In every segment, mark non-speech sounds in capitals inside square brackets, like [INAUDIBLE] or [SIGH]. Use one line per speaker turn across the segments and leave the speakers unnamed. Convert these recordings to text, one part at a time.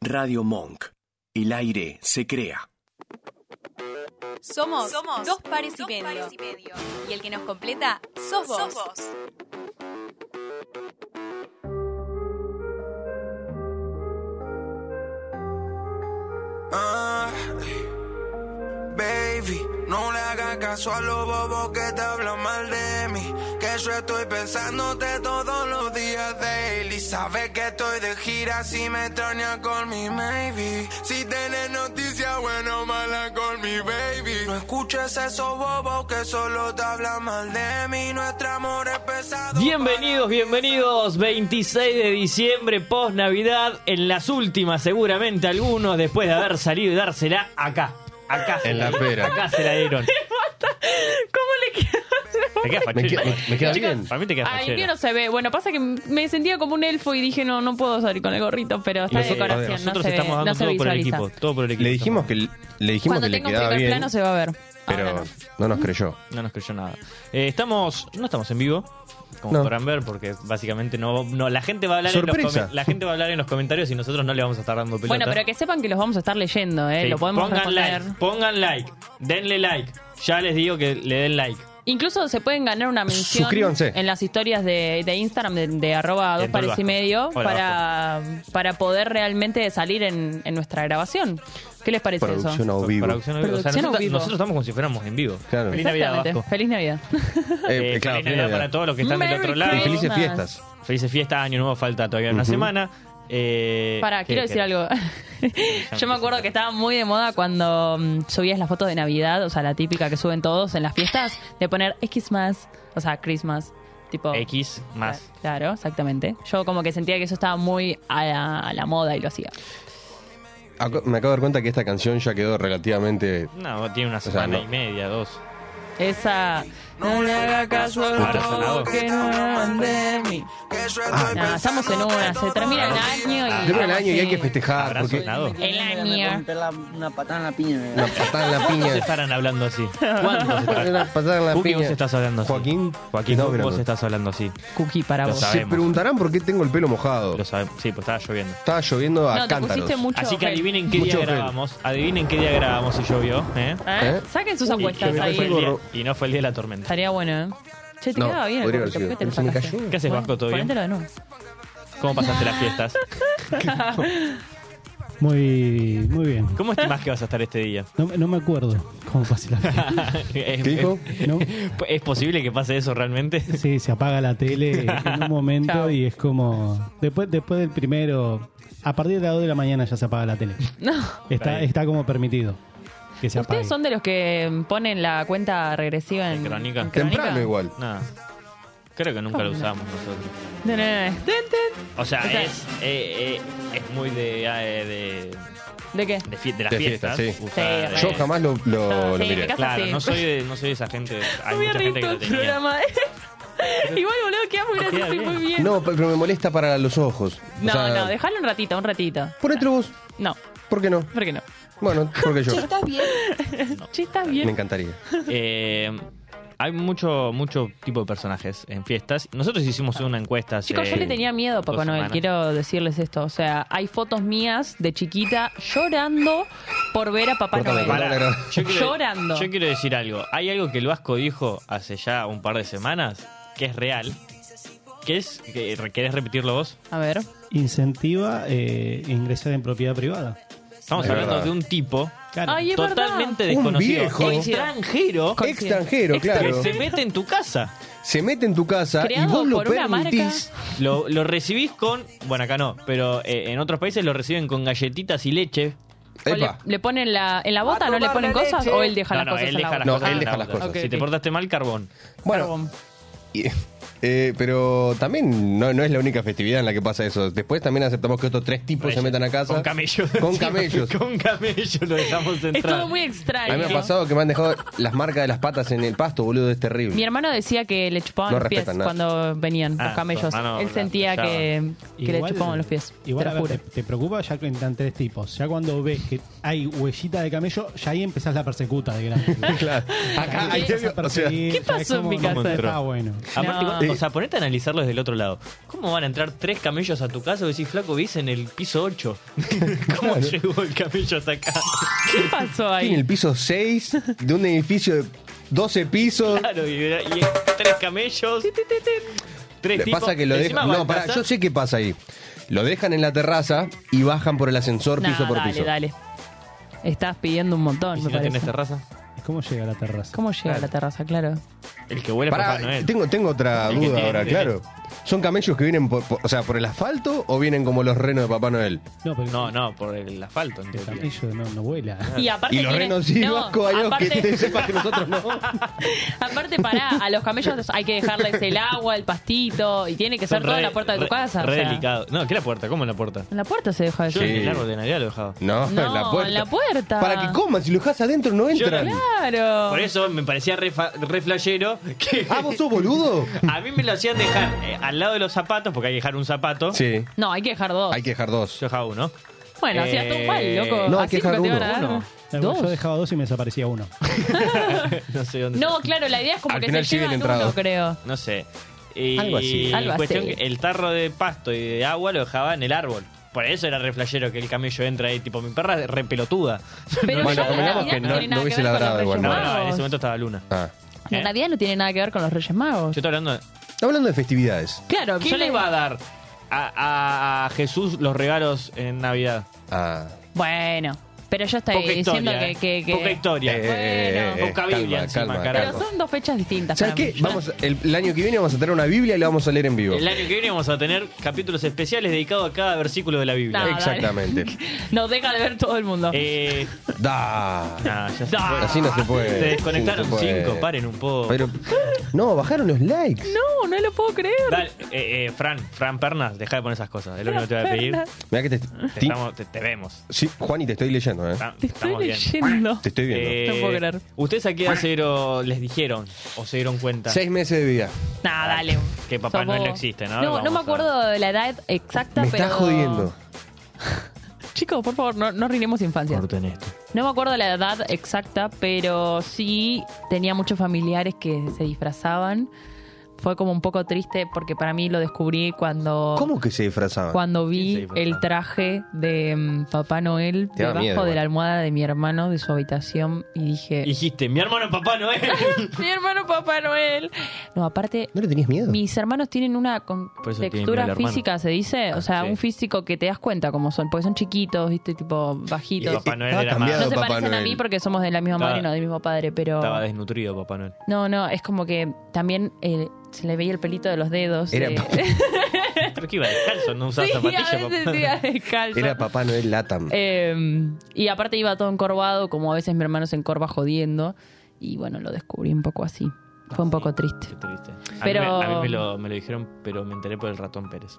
Radio Monk. El aire se crea.
Somos,
Somos
dos, pares,
dos
y medio.
pares y medio.
Y el que nos completa sos vos.
Sos vos.
Ah, baby, no le hagas caso a los bobos que te hablan mal de mí. Que yo estoy pensándote todos los días daily. Sabes que estoy de gira si me extrañas con mi maybe. Si tienes noticias buenas o malas con mi baby. No escuches esos bobos que solo te hablan mal de mí. Nuestro amor es pesado.
Bienvenidos, bienvenidos. 26 de diciembre, post Navidad, en las últimas, seguramente algunos, después de haber salido y dársela acá. Acá. se
En la pera.
Acá se la dieron.
¿Cómo le queda?
Te quedas
Me,
fachero.
que- me- me queda bien.
[LAUGHS] Para mí te quedas
Ay,
fachero.
mío no se ve. Bueno, pasa que me sentía como un elfo y dije, no, no puedo salir con el gorrito, pero está de
Nosotros-
decoración, no
Nosotros
se,
estamos
ve,
dando
no se
todo por el
visualiza.
equipo. Todo por el equipo.
Le dijimos que le dijimos
Cuando
que le
tenga un
quedaba
primer
bien,
plano se va a ver. Ahora
pero
no.
no nos creyó.
No nos creyó nada. Eh, estamos, no estamos en vivo, como
No.
podrán ver, porque básicamente no, no la gente va a hablar en los
Sorpresa.
comen- la gente va a hablar en los comentarios y nosotros no le vamos a estar dando pelota.
Bueno, pero que sepan que los vamos a estar leyendo, ¿eh?
Sí,
Lo podemos
pongan
responder.
like, pongan like, denle like. Ya les digo que le den like.
Incluso se pueden ganar una mención
Suscríbanse.
en las historias de, de Instagram de, de arroba dos
Entró el
pares y
Vasco.
medio
Hola,
para, para poder realmente salir en, en nuestra grabación. ¿Qué les parece
Producción
eso?
o vivo.
Para opción en vivo. O sea,
Producción
nosotros,
en vivo.
nosotros estamos como si fuéramos en vivo.
Claro.
Feliz Navidad,
Exactamente.
Vasco.
Feliz Navidad.
Eh,
Eh,
claro,
feliz Navidad para todos los que están del
Merry
otro lado.
Y
Christmas.
felices fiestas.
Felices fiestas, año nuevo, falta todavía una
Ujú.
semana. Eh,
Para,
¿qué
quiero decir
querés?
algo. Yo me acuerdo que estaba muy de moda cuando mm, subías las fotos de Navidad, o sea, la típica que suben todos en las fiestas, de poner X más, o sea, Christmas, tipo...
X más.
Claro, exactamente. Yo como que sentía que eso estaba muy a la, a la moda y lo hacía.
Ac- Me acabo de dar cuenta que esta canción ya quedó relativamente.
No, tiene una
sea,
semana
no.
y media, dos.
Esa...
No le hagas caso a los
Puta,
bobos que te hablan mal de mí. Que yo estoy
Ah, Nada, estamos en
pensándote
una, se
todos
termina el
los
año y...
Termina el año y hay que
Sí.
festejar.
¿Habrá
Porque
sonado?
El
Me
año.
rompe la- una patada en la piña. me-
una patada en la
¿Cuántos
piña.
estarán hablando
[LAUGHS]
así? ¿Cuántos estarán?
Una patada en la
Cookie, vos
piña.
estás hablando así.
Joaquín,
Joaquín,
no,
vos,
pero-
vos estás hablando así.
Cookie para
Lo
vos.
sabe.
Se
sabemos.
preguntarán por qué tengo el pelo mojado.
Lo sabemos. Sí, pues estaba lloviendo.
Estaba lloviendo a
No, te
cántaros.
pusiste mucho...
Así que
gel.
adivinen qué día
Mucho gel.
grabamos. Adivinen qué día grabamos si llovió. ¿eh?
¿Eh?
¿Eh?
Saquen sus
Y, y
apuestas
no
ahí.
fue el día,
gorro.
y no fue el día de la tormenta.
Estaría bueno, ¿eh? Che, te
No,
quedaba bien el
podría haber
gorrito, ¿por qué
sido.
te lo
Se me
sacaste?
cayó.
¿Qué haces,
Pon-
Vasco? ¿Todo bien?
ponételo de nuevo.
¿Cómo pasaste las fiestas?
Muy, muy bien.
¿Cómo estimás que vas a estar este
[LAUGHS]
día?
No, me- no me acuerdo cómo pasé la [LAUGHS] fiesta.
¿Es,
¿Qué dijo?
es-
¿no?
[LAUGHS] ¿Es posible que pase eso realmente?
Sí, se apaga la tele en un momento
Chao.
y es como. Después, después del primero. A partir de las 2 de la mañana ya se apaga la tele.
No.
Está, está como permitido que se apague.
¿Ustedes son de los que ponen la cuenta regresiva en,
¿En crónica?
en
Temprano igual.
No. Creo que nunca lo usamos nosotros.
No, no, no. Ten, ten.
O sea,
O sea-
es, eh, eh, es muy de, ah, eh, de,
¿De qué?
de, fie- de las
De
fiestas.
fiestas, sí.
usar,
Sí,
eh,
Yo jamás lo, lo-
Ah,
lo
sí,
miré.
me cago.
Claro,
Sí.
no soy, de, no soy de esa
[LAUGHS]
gente. Hay
Muy
mucha gente que
rico
lo
el
tenía.
programa.
[LAUGHS]
¿eh? igual, boludo, queda muy gracioso
Queda
y muy bien.
No, pero me molesta para los ojos. O
no,
sea,
no, dejalo un ratito, un ratito.
Ponételo vos.
No,
¿Por qué no?
¿por qué no?
Bueno, porque yo.
Che, está
Me
bien.
encantaría.
Eh, hay mucho, mucho tipo de personajes en fiestas. Nosotros hicimos una encuesta. hace
Chicos, yo le tenía miedo a
dos
Papá Noel,
semanas.
quiero decirles esto. O sea, hay fotos mías de chiquita llorando por ver a Papá
Cortame,
Noel.
cortame.
Pará,
Claro.
yo quiero,
Llorando.
Yo quiero decir algo. Hay algo que el Vasco dijo hace ya un par de semanas que es real. Que es, que- ¿Querés repetirlo vos?
A ver.
Incentiva eh, ingresar en propiedad privada.
Estamos
Es
hablando
verdad.
de un tipo
Claro.
Ay, es verdad.
totalmente
Un
desconocido,
viejo.
extranjero,
Coincido.
Extranjero,
que
claro.
se mete en tu casa.
Se mete en tu casa y
Creado
vos lo
por una
permitís.
Lo, lo recibís con. Bueno, acá no, pero eh, en otros países lo reciben con galletitas y leche.
O le,
Epa.
le ponen la, en la bota, no le ponen cosas o él deja
no,
las
no,
cosas
él
en la
deja
bota.
las
No,
cosas.
él
en la
deja las
bota.
cosas.
Si te
Ok, ok.
portaste mal, carbón.
Bueno,
Carbón.
y- eh, pero también no, no es la única festividad en la que pasa eso. Después también aceptamos que otros tres tipos se metan a casa.
Con camellos.
[LAUGHS] Con
[LAUGHS]
camellos.
con camellos lo dejamos entrar.
Es todo muy
A mí me ha
extraño.
pasado que me han dejado las marcas de las patas en el pasto, boludo, es terrible.
Mi hermano decía que le chupaban
No
los pies
respetan nada.
cuando venían
Ah,
los
tu
camellos.
hermano
Él
la
sentía
escuchaba.
que, que le chupaban los pies.
Igual
te
a
lo
ver,
juro.
te, te preocupa ya que entran tres tipos. Ya cuando ves que hay huellita de camello, ya ahí empezás la persecuta de grande.
[LAUGHS] Claro. Acá hay
Empezás a [LAUGHS]
o sea,
perseguir,
¿Qué
ya es
pasó en
como,
mi
no,
casa?
Está bueno.
Aparte,
No.
cuando- o sea, ponete a analizarlo desde el otro lado. ¿Cómo van a entrar tres camellos a tu casa y decís, flaco, viste en el piso 8? [LAUGHS] ¿Cómo llegó el camello hasta acá?
¿Qué pasó
Estoy en
ahí?
el piso 6 de un edificio de 12
[LAUGHS]
pisos.
Claro, y, era- y tres camellos. Tres
Le
tipos.
pasa que lo
Encima
dejan. No,
Baltasar-
pará, yo sé qué pasa ahí. Lo dejan en la terraza y bajan por el ascensor
Nah,
piso por
dale,
piso.
dale. Estás pidiendo un montón,
¿Y si
me
no
parece.
tenés terraza?
¿Cómo llega a la terraza?
¿Cómo llega a la terraza? Claro.
El que huele a
Pará,
Papá Noel.
tengo, tengo otra
El que
duda
tiene,
ahora,
tiene.
claro. ¿Son camellos que vienen por, por- o sea, por el asfalto o vienen como los renos de Papá Noel?
No, pero
No, no, por el asfalto. en
el
teoría.
camello no, no vuela.
Y aparte
Y los
tiene-
renos sí,
no,
Vasco, hay algo que
aparte-
te sepa que nosotros no.
[LAUGHS] Aparte, pará, a los camellos hay que dejarles el agua, el pastito, y tiene que ser
Son
toda
re-
la puerta de tu
re-
casa. o
Re
sea.
delicado. No, ¿qué la puerta? ¿Cómo la puerta?
En la puerta se deja de
Yo
Sí.
en el árbol de Navidad lo he dejado.
No,
No,
en la puerta.
en la puerta.
Para que coman, si lo dejas adentro no entran.
Claro.
Por eso me parecía re, fa- re flashero
[LAUGHS]
que
Ah, vos sos
[LAUGHS]
boludo.
a mí me lo hacían dejar eh, al lado de los zapatos, porque hay que dejar un zapato.
Sí,
No, hay que dejar dos.
hay que dejar dos.
Yo dejaba uno. Eh,
Bueno, hacías tú mal, loco.
no, hay
Así
que dejar
nunca te
uno,
van a dar.
uno.
Yo
Dos.
dejaba dos y me desaparecía uno.
[LAUGHS] No sé dónde.
No, claro, la idea es como
Al
que
final
se
sí viene
llevan
entrado.
uno, creo.
No sé. Y
Algo así.
en
Algo
cuestión
así.
que el tarro de pasto y de agua lo dejaba en el árbol. Por eso era re flashero que el camello entra ahí, tipo, mi perra es re pelotuda.
Pero
[LAUGHS]
Bueno,
ya la
convengamos
Navidad
que no-
tiene nada
no hubiese
que ver con
ladrado
los
igual,
No,
Reyes
Vamos.
no, en ese
Magos.
momento estaba Luna.
Ah.
La
¿Eh?
Navidad no tiene nada que ver con los Reyes Magos.
Yo estoy hablando de...
Está hablando de festividades.
Claro, yo
¿Quién le va a dar a, a Jesús los regalos en Navidad?
Ah.
Bueno, pero yo estoy
Poca
diciendo
historia.
que. que-
eh.
que-
Poca historia.
Eh, eh, eh, eh,
Poca Biblia encima,
Pero
carajo.
son dos fechas distintas.
¿Sabes
para
qué?
mí.
Vamos, a- el, el año que viene vamos a tener una Biblia y la vamos a leer en vivo.
El año que viene vamos a tener capítulos especiales dedicados a cada versículo de la Biblia.
No, dale.
Exactamente.
[LAUGHS]
Nos deja de ver todo el mundo.
Eh,
da.
[LAUGHS] nah, ya se
Da.
fue.
Así no se puede.
Se desconectaron
Así no Pues, se puede.
cinco, paren un poco.
Pero, no, bajaron los likes.
No, no lo puedo creer.
Dale, eh, eh, Fran, Fran Pernas, deja de poner esas cosas. Es lo único que te voy a pedir.
Fernas,
Mirá que te,
Te,
ti-
estamos- te- te vemos.
sí, Juani, te estoy leyendo, ¿eh?
Está-
Te
estamos
estoy
bien.
leyendo.
Te estoy viendo.
Eh,
No puedo creer.
¿Ustedes a qué edad se dieron- les dijeron o se dieron cuenta?
Seis meses de vida.
Nah, dale.
Ah, Que Papá
Sos
Noel no
vos.
existe, ¿no?
No,
Vamos
no me
a-
acuerdo de la edad exacta,
Me
pero.
estás jodiendo.
Chicos, por favor, no, no arruinemos infancia.
Corten esto.
No me acuerdo la edad exacta, pero sí tenía muchos familiares que se disfrazaban. Fue como un poco triste porque para mí lo descubrí cuando.
¿Cómo que se disfrazaban?
Cuando
¿Quién se
vi
disfrazaba?
el traje de mm, Papá Noel
Te daba
debajo
miedo,
de
igual.
la almohada de mi hermano de su habitación y dije,
Dijiste, mi hermano Papá
[LAUGHS]
Noel.
mi hermano Papá Noel. No, aparte,
¿No le tenías miedo?
mis hermanos tienen una con-
Por eso tienen miedo al
textura
hermano. Ah,
física, se dice. O sea,
sí.
un físico que te das cuenta cómo son, porque son chiquitos, viste, tipo
Y
bajitos.
Papá Noel
Estaba
era
No
cambiado.
más.
se
Papá
parecen a
Noel.
mí porque somos de la misma
Estaba-
madre y no del mismo padre, pero...
Estaba desnutrido Papá Noel.
No, no, es como que también eh, se le veía el pelito de los dedos.
Era-
[LAUGHS] eh.
Creo que iba descalzo, no usaba
sí,
zapatillas.
a veces
papá.
iba [LAUGHS] descalzo.
Era Papá Noel Latam.
Eh, y aparte iba todo encorvado, como a veces mi hermano se encorva jodiendo. Y bueno, lo descubrí un poco así.
Ah,
Fue un poco triste.
Qué triste. A mí
Pero-
me- A mí, me, lo, me lo dijeron, pero me enteré por el ratón Pérez.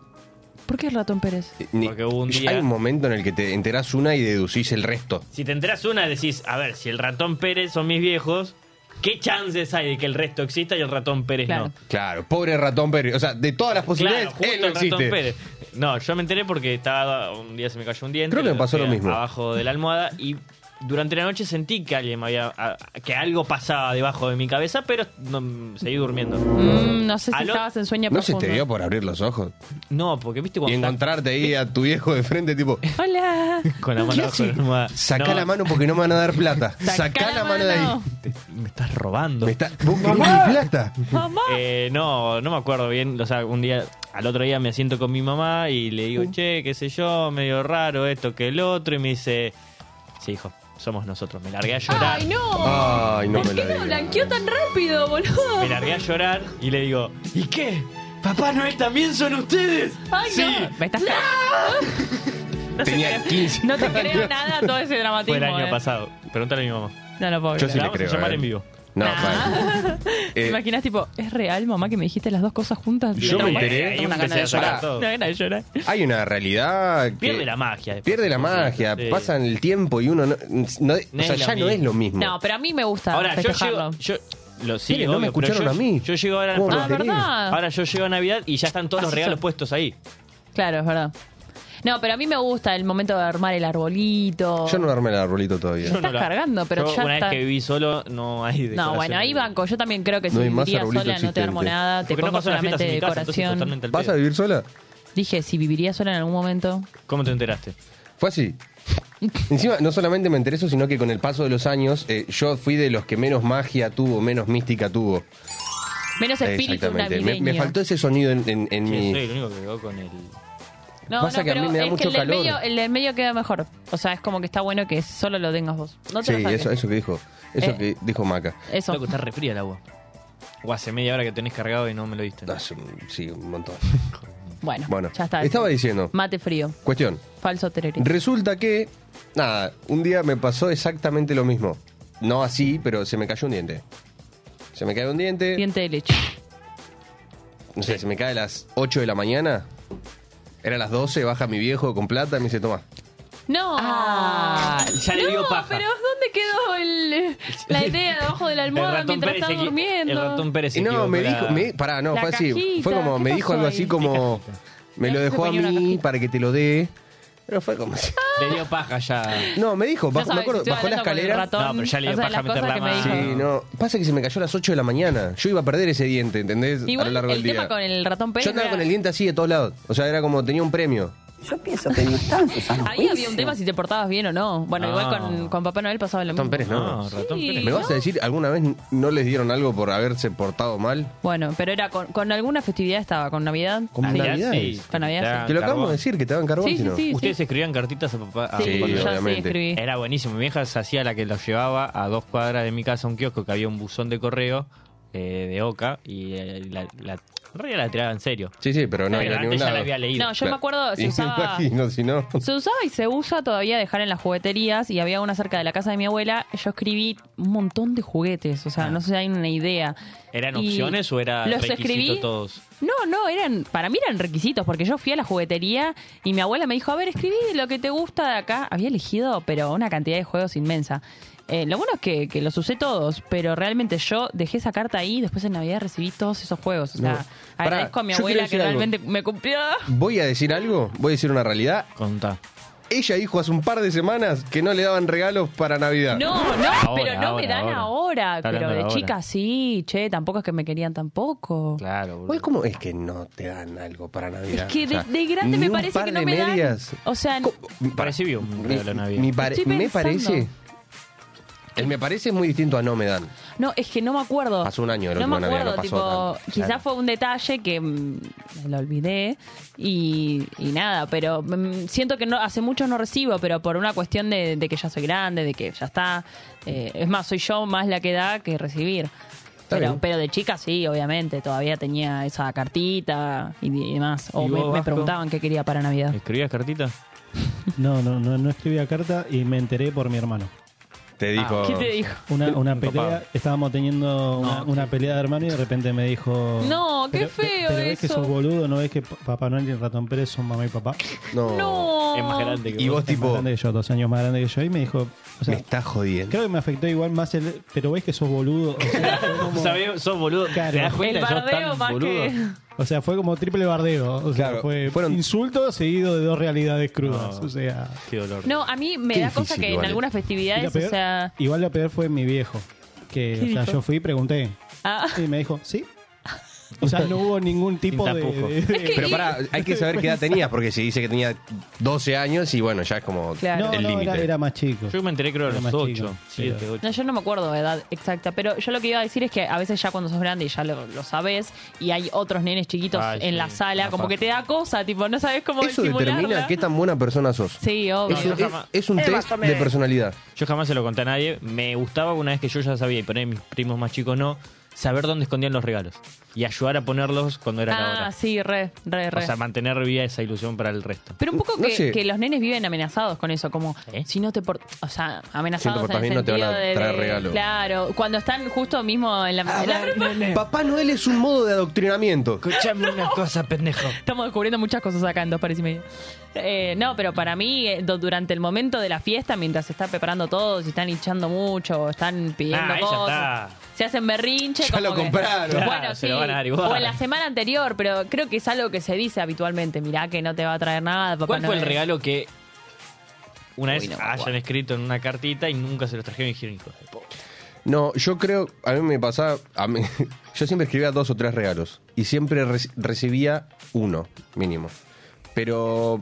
¿Por qué el ratón Pérez?
Ni-
porque hubo un día-
Hay un momento en el que te enterás una y deducís el resto.
Si te enterás una, decís, a ver, si el ratón Pérez son mis viejos, ¿qué chances hay de que el resto exista y el ratón Pérez
Claro.
no?
Claro, pobre ratón Pérez. O sea, de todas las
Claro,
posibilidades,
justo
Pues él no
el ratón
existe.
Pérez. No, yo me enteré porque estaba un día se me cayó un diente.
Creo que me
lo
pasó lo
dejé
mismo.
Abajo de la almohada y durante la noche sentí que alguien me había a- que algo pasaba debajo de mi cabeza, pero no- seguí durmiendo.
Mm, no sé si
Aló.
estabas en sueño
¿No se
profundo.
te dio por abrir los ojos?
No, porque viste
Y
cuando estás
encontrarte ahí a tu viejo de frente, tipo,
Hola.
con la mano abajo
¿qué
de
haces?
la almohada.
Sacá
No,
la mano porque no me van a dar plata. Sacá, la mano de ahí.
te- me estás robando.
Me está... ¿Vos querés mi plata?
Mamá.
Eh, no, no me acuerdo bien. O sea, un día, al otro día me siento con mi mamá y le digo, che, qué sé yo, medio raro esto que el otro. Y me dice, sí, hijo, somos nosotros. Me largué a llorar.
¡Ay, no!
Ay, no me
¿Por
la
qué lo
digas.
blanqueó tan rápido, boludo?
Me largué a llorar y le digo, ¿y qué? ¿Papá Noel también son ustedes?
¡Ay,
sí.
no! Me estás no, se
Tenía
cree-
15.
no te creo nada todo ese dramatismo.
Fue el año
eh.
pasado. Pregúntale a mi mamá.
No lo puedo
Yo
creer.
sí
La
le
vamos
creo.
a llamar
eh.
en vivo.
No, [LAUGHS]
Nah.
para.
¿Te
Eh,
imaginas, tipo, es real, mamá, que me dijiste las dos cosas juntas?
Yo me
No,
enteré.
Ahí
Tengo una
empecé
gana de
a sacar
llorar.
todo.
me van a llorar.
hay una realidad que
Pierde la magia. después.
pierde la magia,
Sí.
pasan el tiempo y uno no, no- o sea,
es lo
ya no
mismo.
es lo mismo.
No, pero a mí me gusta
Ahora, yo
festejarlo.
llego. Yo, lo, sí,
Miren, no me
obvio, pero
escucharon
yo-
a mí.
Yo llego ahora
¿Cómo
al
lo
Ah,
tenés?
¿verdad?
Ahora yo llego a Navidad y ya están todos los
Así
regalos
son.
puestos ahí.
Claro, es verdad. No, pero a mí me gusta el momento de armar el arbolito.
Yo no armé el arbolito todavía.
Estás
Yo no la-
cargando, pero
yo
ya
una
está-
vez que viví solo, no hay
No,
decoración.
bueno, ahí banco. Yo también creo que si
No hay más
viviría
arbolito
sola no te armo
existente.
nada, te
Porque
pongo
no pasan las
solamente
fiestas en mi casa, entonces
decoración.
totalmente al
¿Vas a
pedo.
vivir sola?
Dije, si viviría sola en algún momento.
¿Cómo te enteraste?
Fue así. Encima, no solamente me enteré eso, sino que con el paso de los años, eh, yo fui de los que menos magia tuvo, menos mística tuvo.
Menos espíritu
Exactamente. Me,
navideño.
me faltó ese sonido en, en- en
Sí,
mi.
Soy el único que quedó con el...
No,
Pasa
no,
que a mí
pero
me da
es
mucho
que el del
calor.
medio, el del medio queda mejor. O sea, es como que está bueno que solo lo tengas vos. No te
sí,
lo saques.
eso, eso que dijo. Eso
Eh.
que dijo Maca.
Eso.
Loco, está re fría el agua. O hace media hora que tenés cargado y no me lo diste.
Hace un- sí, un montón.
Bueno,
Bueno,
ya está.
estaba diciendo.
Mate frío.
Cuestión.
Falso tereré.
Resulta que, nada, un día me pasó exactamente lo mismo. No así, pero se me cayó un diente. Se me cae un diente.
Diente de leche.
No sé, se me cae a las 8 de la mañana. Era las 12, baja mi viejo con plata y me dice, toma.
No.
Ah, ya le
no,
dio paja.
pero ¿dónde quedó el- la idea debajo de la
El
almohada
ratón
mientras
Pérez
estaba
se equi-
durmiendo?
El ratón Pérez se
Y no, me
equivocó
dijo,
la-
me- pará, no,
La
fue así.
cajita,
Fue como,
¿qué
me dijo
pasó
algo
ahí?
así como, me lo
¿Qué
dejó a
ponía una
mí
cajita?
para que te lo dé. Pero fue como...
[LAUGHS]
si-
Le dio paja ya.
No, me dijo,
No
bajó,
sabes,
me acuerdo,
estoy
bajó la
hablando con el
escalera.
ratón,
No, pero ya le
o
dio
sea,
paja
las
meter
cosas
la
que me
mano.
dijo.
Sí, no. Pasa que se me cayó a las 8 de la mañana. Yo iba a perder ese diente, ¿entendés? a
Igual
lo largo
el
del
tema
día.
con el ratón Pérez.
Yo andaba
era-
con el diente así de todos lados. O sea, era como tenía un premio.
Yo pienso que no están sus sano
Ahí había un
juicio.
tema si te portabas bien o no. Bueno,
Ah.
igual con, con Papá Noel pasaba lo
Tom
mismo.
Pérez, [LAUGHS] no.
No, ratón
Sí.
Pérez.
¿Me vas a decir alguna vez no les dieron algo por haberse portado mal?
Bueno, pero era con, con alguna festividad estaba, con Navidad.
¿Con
Sí.
Navidad?
Ah, sí.
Con Navidad, sí.
Ya,
Que lo acabamos
Ah, carbón.
de decir, que te daban carbón.
Sí,
si
sí,
no.
sí.
Ustedes escribían cartitas a papá. a
Sí,
Sí,
papá Noel.
yo sí
obviamente.
escribí.
Era buenísimo. Mi vieja se hacía la que los llevaba a dos cuadras de mi casa a un kiosco que había un buzón de correo eh, de Oca y eh, la, la, en realidad la tiraba en serio.
Sí, sí, pero no
Pero
había ningún
antes ya
lado.
la había leído.
No, yo me acuerdo, se
Y
usaba,
Me imagino, si no.
se usaba y se usa todavía dejar en las jugueterías y había una cerca de la casa de mi abuela. Yo escribí un montón de juguetes, o sea, no sé si hay una idea.
Ah. ¿Eran
Y
opciones o era
los
requisito
escribí,
todos?
No, no, eran para mí eran requisitos porque yo fui a la juguetería y mi abuela me dijo, a ver, escribí lo que te gusta de acá. Había elegido, pero una cantidad de juegos inmensa. Eh, lo bueno es que, que los usé todos, pero realmente yo dejé esa carta ahí y después en Navidad recibí todos esos juegos. O sea,
No. Pará,
agradezco a mi
yo quiero
abuela que
decir algo. Ah.
realmente me cumplió.
Voy a decir algo, voy a decir una realidad.
Contá.
Ella dijo hace un par de semanas que no le daban regalos para Navidad.
No, no,
Ahora,
pero no me
ahora,
dan
ahora.
ahora.
Está
Pero
hablando
de
de ahora.
chica sí, che, tampoco es que me querían tampoco.
Claro, boludo.
Igual, ¿cómo es que no te dan algo para
Es
Navidad?
que
O
de,
sea,
de grande
ni
me
un
parece
par
que no
de
me
medias.
dan. O sea,
¿Cómo? Para-
Recibió un
mi-
regalo de Navidad.
mi pare-
Estoy
me
pensando.
parece. El me parece es muy distinto a no me dan.
No, es que no me acuerdo.
Pasó un año de la
No me
última Navidad, no
acuerdo,
pasó
tipo,
tanto.
quizás
Claro.
fue un detalle que mm, me lo olvidé y, y nada, pero mm, siento que no hace mucho no recibo, pero por una cuestión de, de que ya soy grande, de que ya está. eh, es más, soy yo más la que da que recibir. Pero,
bien.
pero de chica sí, obviamente, todavía tenía esa cartita y, y demás. O
¿Y
me,
vos,
me
Vasco?
preguntaban qué quería para Navidad.
¿Escribías cartitas?
No, no, no, no escribía carta y me enteré por mi hermano.
Te dijo.
¿Qué [LAUGHS] te dijo?
Una, una
Papá.
pelea, estábamos teniendo una, una pelea de hermano y de repente me dijo...
No, qué
"Pero- eh,
feo
pero ves que
eso".
sos boludo, no ves que pa- Papá Noel y el ratón Pérez son mamá y papá.
No.
No.
Es más grande que
Y vos,
Es más
tipo,
grande que yo, dos años más grande que yo y me dijo... O
me
sea,
estás jodiendo.
creo que me afectó igual más el... Pero ves que sos boludo. O sea, fue como-
¿Sabés? Sos boludo.
Claro.
¿Te das cuenta?
El
Yo
bardeo
tan
más
boludo.
que...
O sea, fue como triple bardeo. O sea,
Claro,
fue
fueron-
insulto seguido de dos realidades crudas.
No.
O sea,
Qué dolor.
No, a mí me
Qué
da cosa
difícil,
que en
igual.
algunas
y la
festividades,
peor-
o sea...
igual lo peor fue mi viejo. Que
¿Qué
o sea,
dijo?
yo fui y pregunté.
ah.
Y me dijo,
[LAUGHS]
¿sí? O sea, no hubo ningún tipo
Sin
de,
tapujos.
de- de-
Pero pará, hay que saber qué edad tenías, porque si dice que tenía 12 años y bueno, ya es como
Claro.
No,
el
no, era,
límite.
era más chico.
Yo me enteré creo a
Era
los
más
8,
chico,
7,
pero-
8.
No, yo no me acuerdo de edad exacta, pero yo lo que iba a decir es que a veces ya cuando sos grande y ya lo, lo sabes y hay otros nenes chiquitos
Ay,
en
sí,
la sala,
la
como
fa-
que te da cosa, tipo, no sabes cómo
Eso
disimularla.
determina qué tan buena persona sos.
Sí, obvio.
Es, un-
yo jamás-
es- es un test de personalidad.
Yo jamás se lo conté a nadie. Me gustaba una vez que yo ya sabía, y poner mis primos más chicos no, saber dónde escondían los regalos y ayudar a ponerlos cuando era la
ah,
hora.
sí, re, re,
O
re.
sea, mantener viva esa ilusión para el resto.
pero un poco
no
que,
sé.
que los nenes viven amenazados con eso, como
¿Eh?
si no te por- o sea, amenazados
portás
en el
bien, no te van a
sentido de-
traer Ah,
de-
regalo.
Claro, cuando están justo mismo en la, en la-
Papá Noel es un modo de adoctrinamiento.
Escuchame una cosa, pendejo.
Estamos descubriendo muchas cosas acá en dos pares y medio. Eh, no, pero para mí, eh, du- durante el momento de la fiesta, mientras se está preparando todo, si están hinchando mucho o están pidiendo
Ah, ella
cosas,
está.
se hacen berrinche.
Ya
como
lo
que-
compraron.
Claro,
Bueno,
se
sí.
lo van a dar igual.
O en la semana anterior, pero creo que es algo que se dice habitualmente. Mirá que no te va a traer nada, papá
¿Cuál fue el
Noel.
regalo que una vez
Uy, no me
hayan
acuerdo.
escrito en una cartita y nunca se los trajeron y dijeron "Hijo de puta"?
No, yo creo, a mí me pasaba, a mí- [LAUGHS] yo siempre escribía dos o tres regalos y siempre re- recibía uno mínimo. Pero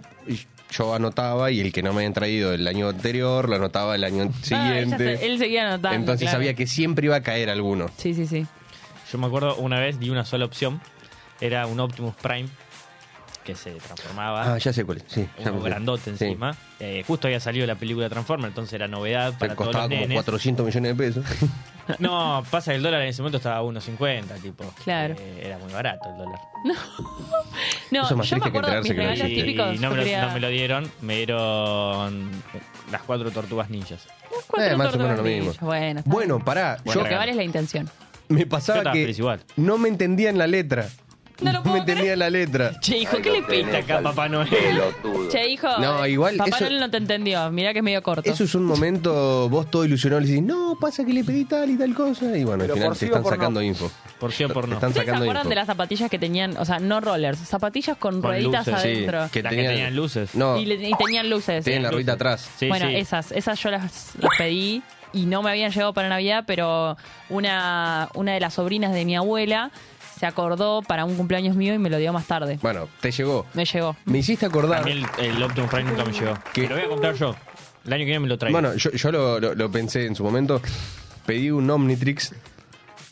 yo anotaba y el que no me habían traído el año anterior lo anotaba el año
Ah, ella
siguiente.
se- él seguía anotando.
Entonces
claro.
sabía que siempre iba a caer alguno.
Sí, sí, sí.
Yo me acuerdo una vez di una sola opción. Era un Optimus Prime que se transformaba.
Ah, ya sé cuál. es, Sí, ya
uno
me-
grandote
sí.
encima. Eh, justo había salido la película Transformer, entonces era novedad
Te
para todos
costaba
los
como
nenes.
400 millones de pesos.
No, pasa que el dólar en ese momento estaba a 1.50, tipo.
Claro.
Eh, era muy barato el dólar.
No,
Eso es más
yo
triste
me
que
acuerdo de
enterarse
mis
que no
regalos
Y,
existe.
típicos.
no, me
yo
lo,
quería-
no me lo dieron, me dieron las cuatro tortugas ninjas.
Cuatro
Eh, más o
tortas
menos lo
grandes.
mismo.
Bueno, está bien.
Bueno, pará.
Buen
yo
lo que vale es la intención.
me
Yo
pasaba
estaba
que
feliz igual.
no me entendían la letra.
No lo puedo
me entendían la letra.
Che, hijo, ¿qué le pinta acá, papá?
Noel?
Che, hijo.
No, igual
Papá
eso-
Noel no te entendió. Mirá que es medio corto.
Eso es un momento, vos todo ilusionado le decís, no, pasa que le pedí tal y tal cosa. Y bueno,
Pero
al final
por
te
sí o
están
por no.
sacando info.
Por sí o por
Te
no.
están
¿Ustedes se
sacando
acuerdan
info.
de las zapatillas que tenían, o sea, no rollers, zapatillas con,
Con
rueditas
luces, sí,
adentro?
Las que tenían luces.
No,
Y, le- y tenían luces.
tenían la
luces.
ruita atrás.
Sí,
bueno,
sí.
esas, esas yo las, las pedí y no me habían llegado para Navidad, pero una, una de las sobrinas de mi abuela se acordó para un cumpleaños mío y me lo dio más tarde.
Bueno, te llegó.
Me llegó.
Me hiciste acordar.
A mí el, el Optimus Prime nunca me llegó.
¿Qué?
Me lo voy a comprar yo. El año que viene me lo traigo.
Bueno, yo, yo lo, lo- lo pensé en su momento. Pedí
[LAUGHS]
un Omnitrix.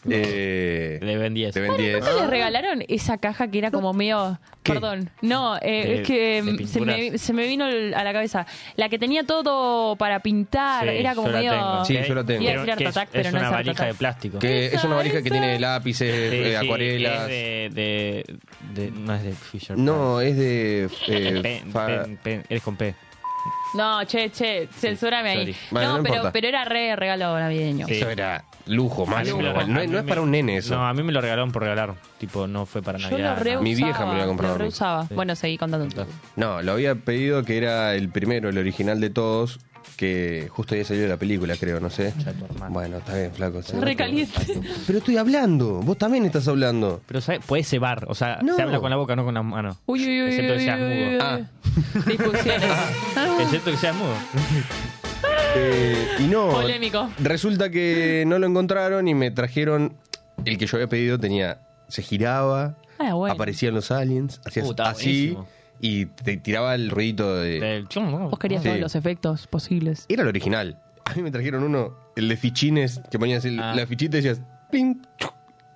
Eh,
le vendí eso.
te vendí
¿Nunca
Ah.
les regalaron esa caja que era como medio...
¿Qué?
Perdón. No, eh,
De-
es
de
que mm, se me,
pinturas.
se me vino el- a la cabeza. La que tenía todo para pintar. era como medio...
Sí, yo la tengo.
Iba a decir
Que es-
Artatac,
es
pero no
una
es
valija
Artatac.
de plástico.
Que es una valija que
esa.
tiene lápices,
Sí,
eh,
sí,
acuarelas.
es de, de- de- No es de Fisher.
No, es de.
Price.
eh,
Pen-
fa-
pen- pen- eres con P.
No, che, che, censúrame ahí.
sorry.
Bueno,
no,
no
pero,
importa.
pero era re regalo navideño.
Sí.
Eso era lujo,
A
máximo.
mí me lo-
igual.
a
No,
mí
no es
me-
para un nene eso.
ah, No, ah. a mí me lo regalaron por regalar. Tipo, no fue para
Yo lo
Navidad.
reusaba.
nada.
Mi vieja me lo había comprado.
Lo reusaba.
Sí.
Bueno, seguí contando.
No, lo había pedido que era el primero, el original de todos, que justo ya salió la película, creo, no sé.
tu hermano.
Bueno, está bien, flaco. sí.
Recaliente.
Pero estoy hablando, vos también estás hablando.
Pero ¿sabes? puede cebar. O sea,
No.
se habla con la boca, no con la mano.
Uy, uy, uy.
Excepto que
uy,
seas
uy, uy, uy.
mudo.
Ah.
Discusiones.
[LAUGHS] Excepto que seas mudo.
Eh, y no.
Polémico.
Resulta que no lo encontraron y me trajeron. El que yo había pedido tenía. Se giraba,
Ah, bueno.
aparecían los aliens, hacías
Uh, está
así
buenísimo.
y te tiraba el ruidito de.
Del chum, ¿no?
Vos querías
Sí.
todos los efectos posibles.
Era el original. A mí me trajeron uno, el de fichines, que ponías el-
Ah.
la fichita y decías. "Ping",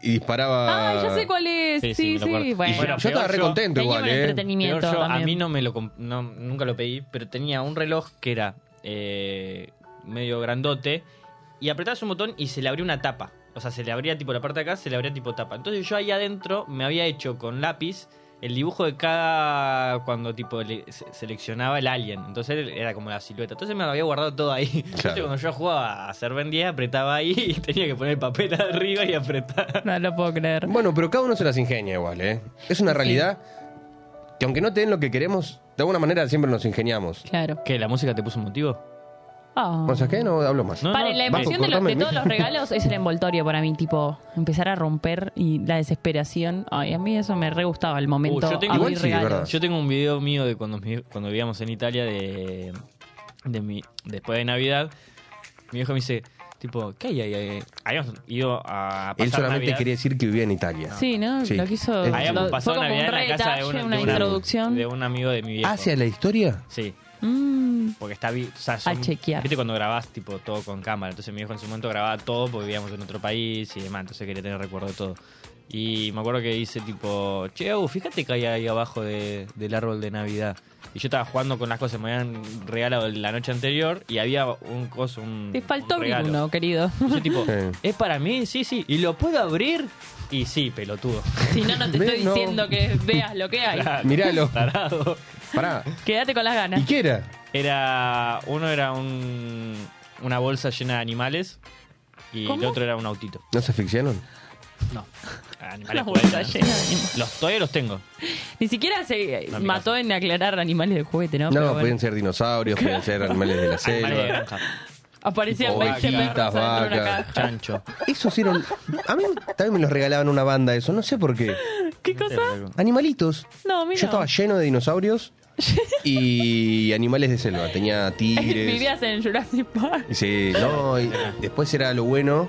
y disparaba.
Ah, ya sé cuál es. Sí,
Sí,
sí.
sí, me lo acuerdo.
Bueno,
Y yo-
Yo estaba
peor
re
yo-
contento
teníamos
igual,
el
¿eh?
entretenimiento
Peor yo, a
también.
mí no me lo comp- no, nunca lo pedí, pero tenía un reloj que era eh, medio grandote y apretabas un botón y se le abría una tapa. O sea, se le abría tipo la parte de acá, se le abría tipo tapa. Entonces yo ahí adentro me había hecho con lápiz el dibujo de cada cuando tipo le- se- seleccionaba el alien. Entonces era como la silueta. Entonces me lo había guardado todo ahí. [LAUGHS] Entonces
Claro.
cuando yo jugaba a ser vendida, apretaba ahí [LAUGHS] y tenía que poner el papel [LAUGHS] arriba y apretar.
No lo puedo creer.
Bueno, pero cada uno se las ingenia igual, ¿eh? Es una realidad que aunque no te den lo que queremos, de alguna manera siempre nos ingeniamos.
Claro.
¿Qué? ¿La música te puso un motivo?
Ah.
O sea, ¿qué? No hablo más.
Oh. No,
Para la
Bajo,
emoción de, los-
cortame,
de todos
mija.
los regalos es el envoltorio para mí, tipo empezar a romper y la desesperación. Ay, a mí eso me re gustaba el momento.
Uh, yo tengo-
abrir
Igual sí, de
regalos.
verdad.
Yo tengo un video mío de cuando, mi- cuando vivíamos en Italia de, de mi, después de Navidad. Mi viejo me dice, tipo, ¿qué hay? ahí? ahí?" Habíamos ido a pasar
Él solamente
Navidad.
quería decir que vivía en Italia.
Sí, ¿no?
Sí.
Lo quiso.
Es-
lo-
Habíamos
fue
pasado
como
Navidad en
un
la
re
casa de
detalle,
un, de
una
un-
introducción.
de un amigo de mi viejo.
¿Hacia la historia?
Sí.
Mm,
Porque está vi- o sea, son-
A chequear.
Viste cuando grabás tipo todo con cámara. Entonces mi viejo en su momento grababa todo porque vivíamos en otro país y demás. Entonces quería tener recuerdo de todo. Y me acuerdo que dice tipo, che, Agus, fíjate que hay ahí abajo de- del árbol de Navidad. Y yo estaba jugando con las cosas que me habían regalado la noche anterior y había un coso, un.
te faltó
un
abrir
regalo.
uno, querido.
Y
[LAUGHS]
yo tipo,
Sí.
¿es para mí? Sí, sí. ¿Y lo puedo abrir? Y sí, pelotudo.
Si no, no te
Ve,
estoy
no.
diciendo que veas lo que hay.
Míralo.
[LAUGHS] Tarado.
Pará.
Quédate con las ganas.
¿Y qué era?
Era. Uno era un, una bolsa llena de animales y el
¿Cómo?
otro era un autito.
¿No se asfixiaron?
No.
La
Animales
bolsa
pueden, ¿eh?
llena de animales.
Los todavía los tengo.
Ni siquiera se
No, en mi
mató en aclarar animales de juguete, ¿no?
No,
Pero bueno.
pueden ser dinosaurios, pueden ser animales de la
Animales de
selva.
granja.
Aparecían
tipo
20
vaquitas,
perros adentro de una
vacas.
caja.
Chancho.
Esos eran. A mí también me los regalaban una banda, eso, no sé por qué.
¿Qué
Este
cosa?
Animalitos.
No, a mí
Yo
no.
estaba lleno de dinosaurios y animales de selva.
[LAUGHS]
Tenía tigres.
Vivías en Jurassic Park.
Sí, no, y después era lo bueno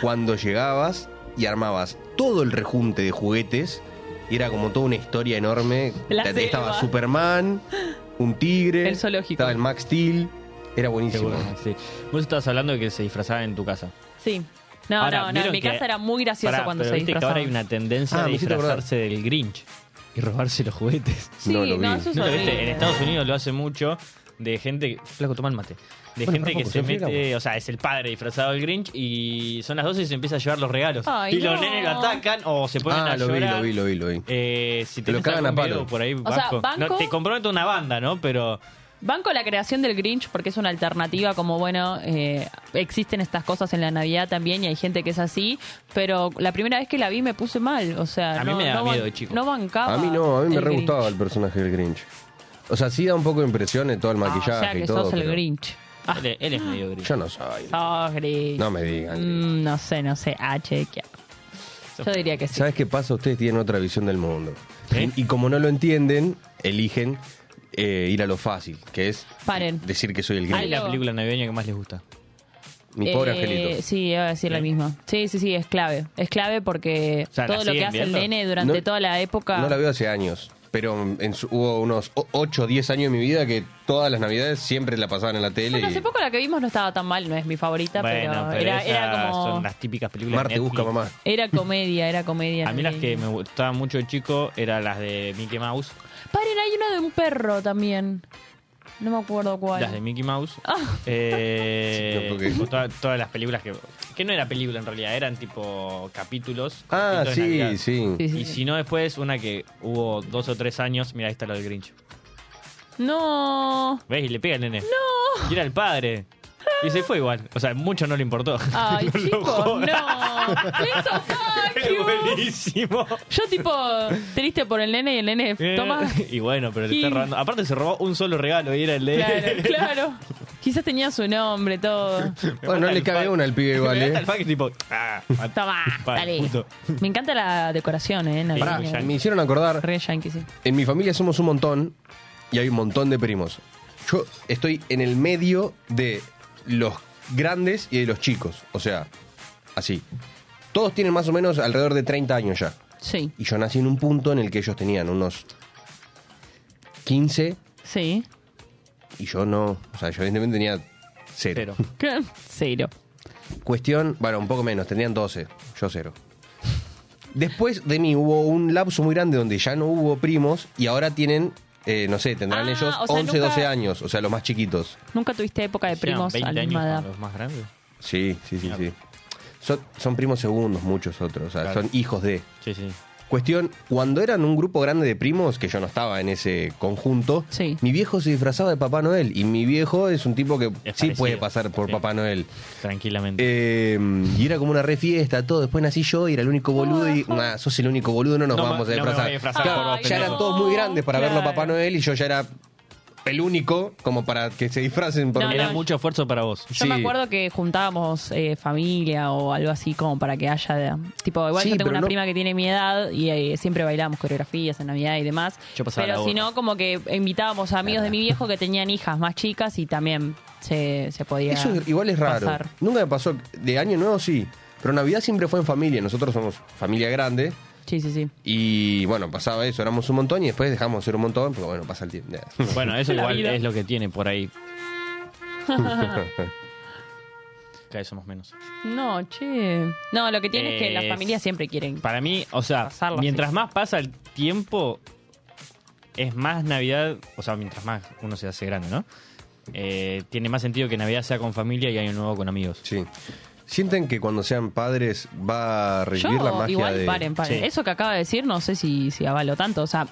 cuando llegabas y armabas todo el rejunte de juguetes y era como toda una historia enorme.
La
Te- estaba
selva.
Superman, un tigre,
El zoológico.
estaba el Max Steel, era buenísimo.
Sí. Vos estabas hablando de que se disfrazaban en tu casa.
Sí. No,
Ahora,
no, no. En
¿vieron
mi
que-
casa era muy gracioso
Pará,
cuando
pero
se
viste que
disfrazaba.
ahora hay una tendencia
Ah,
a
me hiciste acordar.
disfrazarse del Grinch y robarse los juguetes.
Sí,
No lo
no,
vi.
eso es
¿No lo
horrible.
viste? En Estados Unidos lo hace mucho de gente. Flaco, toma el mate. De
Bueno, pues
gente que
Rocco,
se
¿se friega
mete, o sea, es el padre disfrazado del Grinch y son las 12 y se empieza a llevar los regalos.
Ay,
y los
no.
nenes lo atacan o se ponen
Ah,
a
lo vi,
llorar.
lo vi, lo vi, lo vi.
Eh, si
Te lo
tenés
cagan
algún
a palo.
video por ahí,
sea,
Vasco.
banco-
No, te comprometo una banda, ¿no? Pero
Van con la creación del Grinch porque es una alternativa como, bueno, eh, existen estas cosas en la Navidad también y hay gente que es así, pero la primera vez que la vi me puse mal, o sea,
A mí
no,
me daba
no ban-
miedo de chico.
No bancaba.
A mí no, a mí me
el
re
Grinch.
gustaba el personaje del Grinch. O sea, sí da un poco de impresión en todo el maquillaje
Ah, o sea que
y todo.
sos el
pero
Grinch. Ah,
él, él es medio Grinch.
Yo no soy.
sos Grinch.
No me digan.
Mm, no sé, no sé. H de qué. Yo diría que sí.
¿Sabes qué pasa? Ustedes tienen otra visión del mundo.
¿Eh?
Y como no lo entienden, eligen eh, ir a lo fácil, que es
Paren.
decir que soy el
¿Cuál
Grinch.
es la
Algo-
película navideña que más les gusta?
Mi pobre
Eh,
angelito.
Sí, iba a decir la misma. Sí, sí, sí, es clave. Es clave porque
O sea, ¿la
todo lo que
siguen
hace el
viendo?
nene durante
No-
toda la época.
No la veo hace años, pero en su- hubo unos 8 o 10 años de mi vida que todas las navidades siempre la pasaban en la tele.
Bueno,
y
hace poco la que vimos no estaba tan mal, no es mi favorita, pero, era, era
esas
como.
son las típicas películas de
Marte busca
Netflix.
mamá.
Era comedia, era comedia.
A mí las que
navideña.
me gustaban mucho de chico eran las de Mickey Mouse.
Paren, hay una de un perro también. No me acuerdo cuál. Ah.
Las de Mickey Mouse. Eh,
Sí, [LAUGHS] no, porque-
tipo, toda- todas las películas que. Que no era película en realidad, eran tipo capítulos.
Ah,
cortitos de
sí,
Navidad.
sí.
Sí, sí,
Y
sí.
si no, después una que hubo dos o tres años. Mira, ahí está lo del Grinch.
No.
¿Ves? Y le pega al nene. ¡No! Y era el padre. Y se fue igual. O sea, mucho no le importó.
Ay,
[LAUGHS] No lo
chicos, no.
jodas.
Please, oh, fuck
[LAUGHS] Es
you.
buenísimo.
Yo, tipo, triste por el nene y el nene, toma.
[LAUGHS] Eh, Y bueno, pero le
Y-
está robando. Aparte, se robó un solo regalo y era el de. [LAUGHS]
Claro, claro. Quizás tenía su nombre, todo.
Bueno, no le cabe una al
[LAUGHS]
pibe igual,
Me mata
¿eh?
el pack y tipo. Ah, mat-
Toma,
Pa,
dale.
puto.
Me encanta la decoración, ¿eh?
Pará,
navideña.
Yankee.
me hicieron acordar
Re yankee, sí.
En mi familia somos un montón y hay un montón de primos. Yo estoy en el medio de los grandes y de los chicos. O sea, así. Todos tienen más o menos alrededor de 30 años ya.
Sí,
Y yo nací en un punto en el que ellos tenían unos 15
sí.
y yo no. O sea, yo evidentemente tenía cero.
Cero.
Cero.
Cuestión, bueno, un poco menos, tenían 12, yo cero. Después de mí hubo un lapso muy grande donde ya no hubo primos y ahora tienen, eh, no sé, tendrán
Ah,
ellos
o sea,
11,
nunca-
12 años, o sea, los más chiquitos.
Nunca tuviste época de primos
Eran
a
20
la
años
misma edad.
con los más grandes.
Sí, sí, sí,
Claro.
sí. Son, son primos segundos muchos otros, o sea,
Claro.
son hijos de...
Sí, sí.
Cuestión, cuando eran un grupo grande de primos, que yo no estaba en ese conjunto,
Sí.
mi viejo se disfrazaba de Papá Noel y mi viejo es un tipo que
Es
sí puede
parecido.
pasar por
Sí.
Papá Noel.
Tranquilamente.
Eh, y era como una re fiesta, todo. Después nací yo y era el único boludo. Y, nah, sos el único boludo, no nos
No me-
vamos
no
a
me
disfrazar.
voy a disfrazar
Claro,
por vos,
ya eran
pendejo.
todos muy grandes para verlo a
Claro.
Papá Noel y yo ya era el único como para que se disfracen por
No,
mí.
era
no,
mucho esfuerzo para vos.
Yo me
Sí.
acuerdo que juntábamos eh, familia o algo así como para que haya... de- tipo, igual
Sí,
yo tengo
pero
una
no-
prima que tiene mi edad y eh, siempre bailábamos coreografías en Navidad y demás.
Yo pasaba la
pero si
gorra.
no, como que invitábamos a amigos de mi viejo que tenían hijas más chicas y también se, se podía
Eso es- igual es raro.
pasar.
Nunca me pasó. De año nuevo sí. Pero Navidad siempre fue en familia. Nosotros somos familia grande.
Sí, sí, sí.
Y bueno, pasaba eso. Éramos un montón y después dejamos de ser un montón. Pero bueno, pasa el tiempo. [LAUGHS]
Bueno, eso
[LAUGHS] La
igual
vida.
es lo que tiene por
[LAUGHS]
ahí. Cada vez somos menos.
No, che. No, lo que tiene es que las
Es-
familias siempre quieren.
Para mí, o sea,
Pasarlo
mientras
así.
más pasa el tiempo, es más Navidad, o sea, mientras más uno se hace grande, ¿no? Eh, tiene más sentido que Navidad sea con familia y Año Nuevo con amigos.
Sí. ¿Sienten que cuando sean padres va a revivir la magia
igual,
de...?
paren, paren.
Sí.
Eso que acaba de decir, no sé si, si avalo tanto. O sea,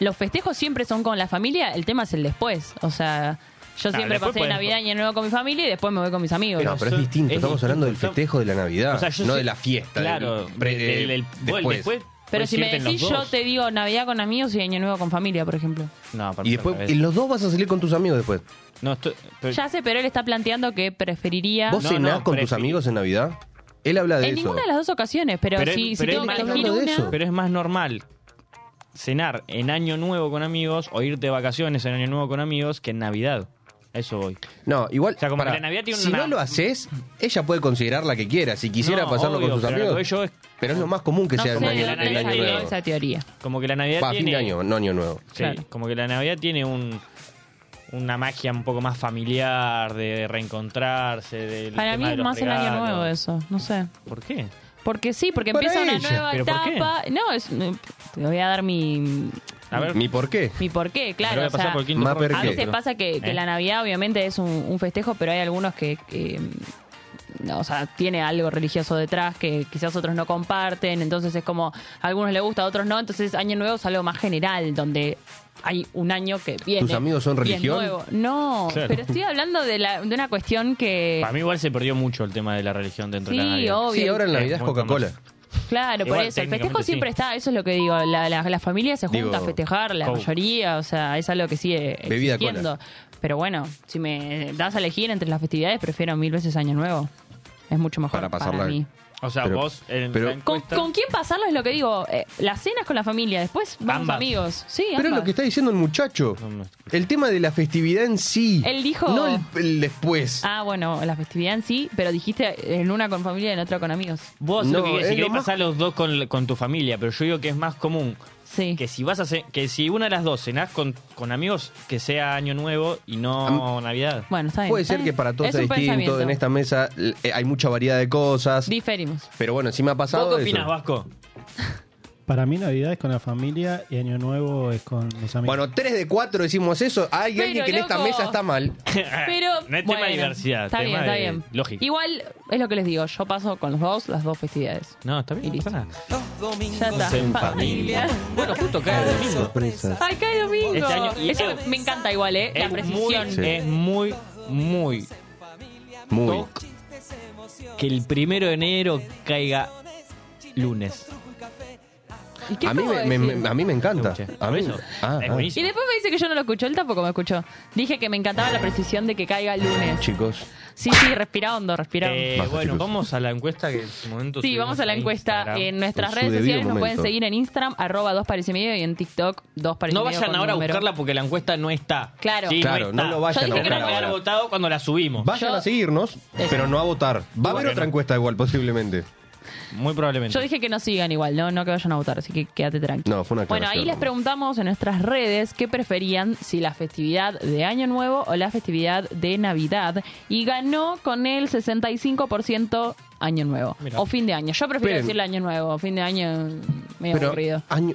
los festejos siempre son con la familia, el tema es el después. O sea, Yo
Claro,
siempre
después
pasé
podés-
Navidad y Año Nuevo con mi familia y después me voy con mis amigos.
No, pero es distinto.
es
Estamos hablando del
distinto, está-
festejo de la Navidad,
O sea, yo
Ah, no
sé-
de la fiesta.
Claro,
del pre-
del- del- vos el
después.
después
Pero
puedes
si me
irte en los
decís, yo
dos.
te digo Navidad con amigos y Año Nuevo con familia, por ejemplo.
No, para
Y
mí
después,
al
y
revés.
los dos vas a salir con tus amigos después.
No, estoy- pero-
Ya sé, pero él está planteando que preferiría...
¿Vos
No,
cenás
no,
con tus
prefi-
amigos en Navidad? Él habla de
en
eso.
ninguna de las dos ocasiones, pero,
Pero es-
si, si
pero
tengo
es-
que
está
elegir
hablando de
una...
eso.
pero es más normal cenar en Año Nuevo con amigos o irte de vacaciones en Año Nuevo con amigos que en Navidad. A Eso voy.
No, igual.
O sea, como
pará,
que la Navidad tiene
si
una-
no lo haces, ella puede considerar la que quiera. Si quisiera
No,
pasarlo
obvio,
con sus
pero lo que
amigos.
yo es
Pero es lo más común que
No
sea
sé,
en año,
no
en año
desarrollé
nuevo.
esa tería.
como que la Navidad
Va, fin
tiene
de año, no año nuevo.
Sí,
Claro.
como que la Navidad tiene un una magia un poco más familiar de reencontrarse del
Para
tema
mí
de
es
los
más el Año
regalos.
Nuevo eso, no sé.
¿Por qué?
Porque sí, porque
Para
empieza una
ella.
nueva
¿Pero por qué?
etapa. No, es, te voy a dar mi,
A ver,
¿Mi por qué?
mi por qué,
Pero
claro.
voy a
o
pasar
sea,
por quinto
Más
programa.
perfecto.
a veces pasa que, que
¿Eh?
la Navidad obviamente es un, un festejo, pero hay algunos que, que, no, o sea, tiene algo religioso detrás que quizás otros no comparten, entonces es como a algunos les gusta, a otros no, entonces Año Nuevo es algo más general, donde hay un año que viene.
¿Tus amigos son
y es
religión?
nuevo. No,
Claro.
pero estoy hablando de, la- de una cuestión que...
Para mí igual se perdió mucho el tema de la religión dentro de la
Sí,
Navidad.
obvio.
Sí, ahora en Navidad es
Muy
Coca-Cola.
Claro, por
Igual,
eso. El
técnicamente
festejo
sí.
siempre está, eso es lo que digo. La, la- la familia se junta
Digo,
a festejar, la
Coke.
mayoría, o sea, es algo que sigue
Bebida
existiendo. Pero bueno, si me das a elegir entre las festividades, prefiero mil veces Año Nuevo. Es mucho mejor
Para
para,
pasarla-
mí.
O sea,
Pero-
vos en
pero-
la
¿Con,
encuesta-
con quién pasarlo es lo que digo? Eh, las cenas con la familia, después vamos
Ambas.
amigos. Sí,
Pero es
ambas.
lo que está diciendo el muchacho.
No me-
El tema de la festividad en sí.
Él dijo-
No el, el después.
Ah, bueno, la festividad en sí, pero dijiste en una con familia y en otra con amigos.
Vos
No,
lo que querés,
es
si
lo
querés
más-
pasar los dos con, con tu familia, pero yo digo que es más común
Sí.
que si vas a ce- que si una de las dos cenás con, con amigos que sea año nuevo y no Navidad.
Bueno, está bien.
Puede
está
ser que
bien.
para todos
Es
sea
un
distinto.
pensamiento.
En esta mesa l- eh, hay mucha variedad de cosas.
Diferimos.
Pero bueno, sí me ha pasado.
¿Vos qué opinas,
eso.
Vasco?
Para mí Navidad es con la familia y Año Nuevo es con mis amigos.
Bueno, 3 de 4 decimos eso. Hay
Pero,
alguien que en esta
loco.
mesa
[LAUGHS]
está mal.
Pero.
no es tema
bueno,
de diversidad,
Está
tema
bien, está
de
bien.
lógica.
Igual es lo que les digo. Yo paso con los dos, las dos festividades.
No, está bien, no pasa nada.
Los domingos
Ya está.
En
familia.
Bueno, justo cae el domingo.
Ay, cae domingo.
Este año- y
Eso
esto-
me encanta igual, ¿eh? La
es
precisión.
Muy, Es muy, muy
Muy.
toc que el primero de enero caiga lunes.
¿Y qué
A mí
puedo
me, me-
decir?
me- a mí me encanta.
Escuché.
A mí.
Eso.
Ah,
Es
ah.
buenísimo.
Y después me dice que yo no lo escucho. Él tampoco me escuchó. Dije que me encantaba la precisión de que caiga el lunes.
Chicos.
Sí, sí, respira hondo, respira hondo.
Eh,
Basta,
bueno,
chicos.
vamos a la encuesta que en su momento.
Sí,
subimos
vamos a la encuesta.
Instagram.
En nuestras
En su
redes
debido
sociales nos
momento.
pueden seguir en Instagram, arroba dos pares y medio, y en TikTok, dos pares
No
y medio.
vayan
con
ahora a
número.
buscarla porque la encuesta no está.
Claro.
Claro, no lo vayan
Yo
a
dije
buscar.
a que buscar no.
haber
ahora.
votado cuando la subimos.
Vayan
Yo-
a seguirnos, pero no a votar. Va a haber
Bueno.
otra encuesta igual, posiblemente.
Muy probablemente.
Yo dije que no sigan igual, no, no que vayan a votar, así que quédate tranquilo.
No, fue una
Bueno, ahí
aclaración.
les preguntamos en nuestras redes qué preferían, si la festividad de Año Nuevo o la festividad de Navidad. Y ganó con el 65% Año Nuevo.
Mirá.
O fin de año. Yo prefiero
Esperen.
decirle Año Nuevo. Fin de año medio
Pero,
aburrido.
año-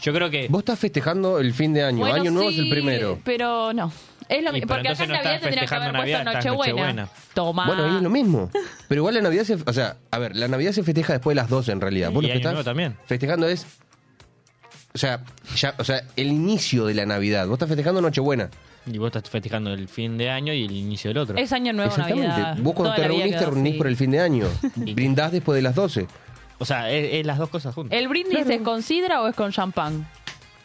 Yo creo que.
vos estás festejando el fin de año.
Bueno,
año nuevo es
sí,
el primero.
Pero no. Es lo
Y,
mi-
pero
Porque acá
entonces
en
no
Navidad
estás
tendrían que
festejando
haber puesto
Navidad, estás
Nochebuena.
Nochebuena.
Tomá.
Bueno, ahí es lo mismo. Pero igual la Navidad se. O sea, a ver, la Navidad se festeja después de las 12 en realidad. Vos
Y Año
lo que estás
Nuevo también.
Festejando es. O sea, ya, o sea, el inicio de la Navidad. Vos estás festejando Nochebuena.
Y vos estás festejando el fin de año y el inicio del otro.
Es Año Nuevo, Navidad.
Vos cuando
Toda
te
la vida
reunís, te
quedó
reunís
así.
por el fin de año. Brindás después de las 12.
O sea, es, es las dos cosas juntas.
¿El brindis es con sidra o es con champán?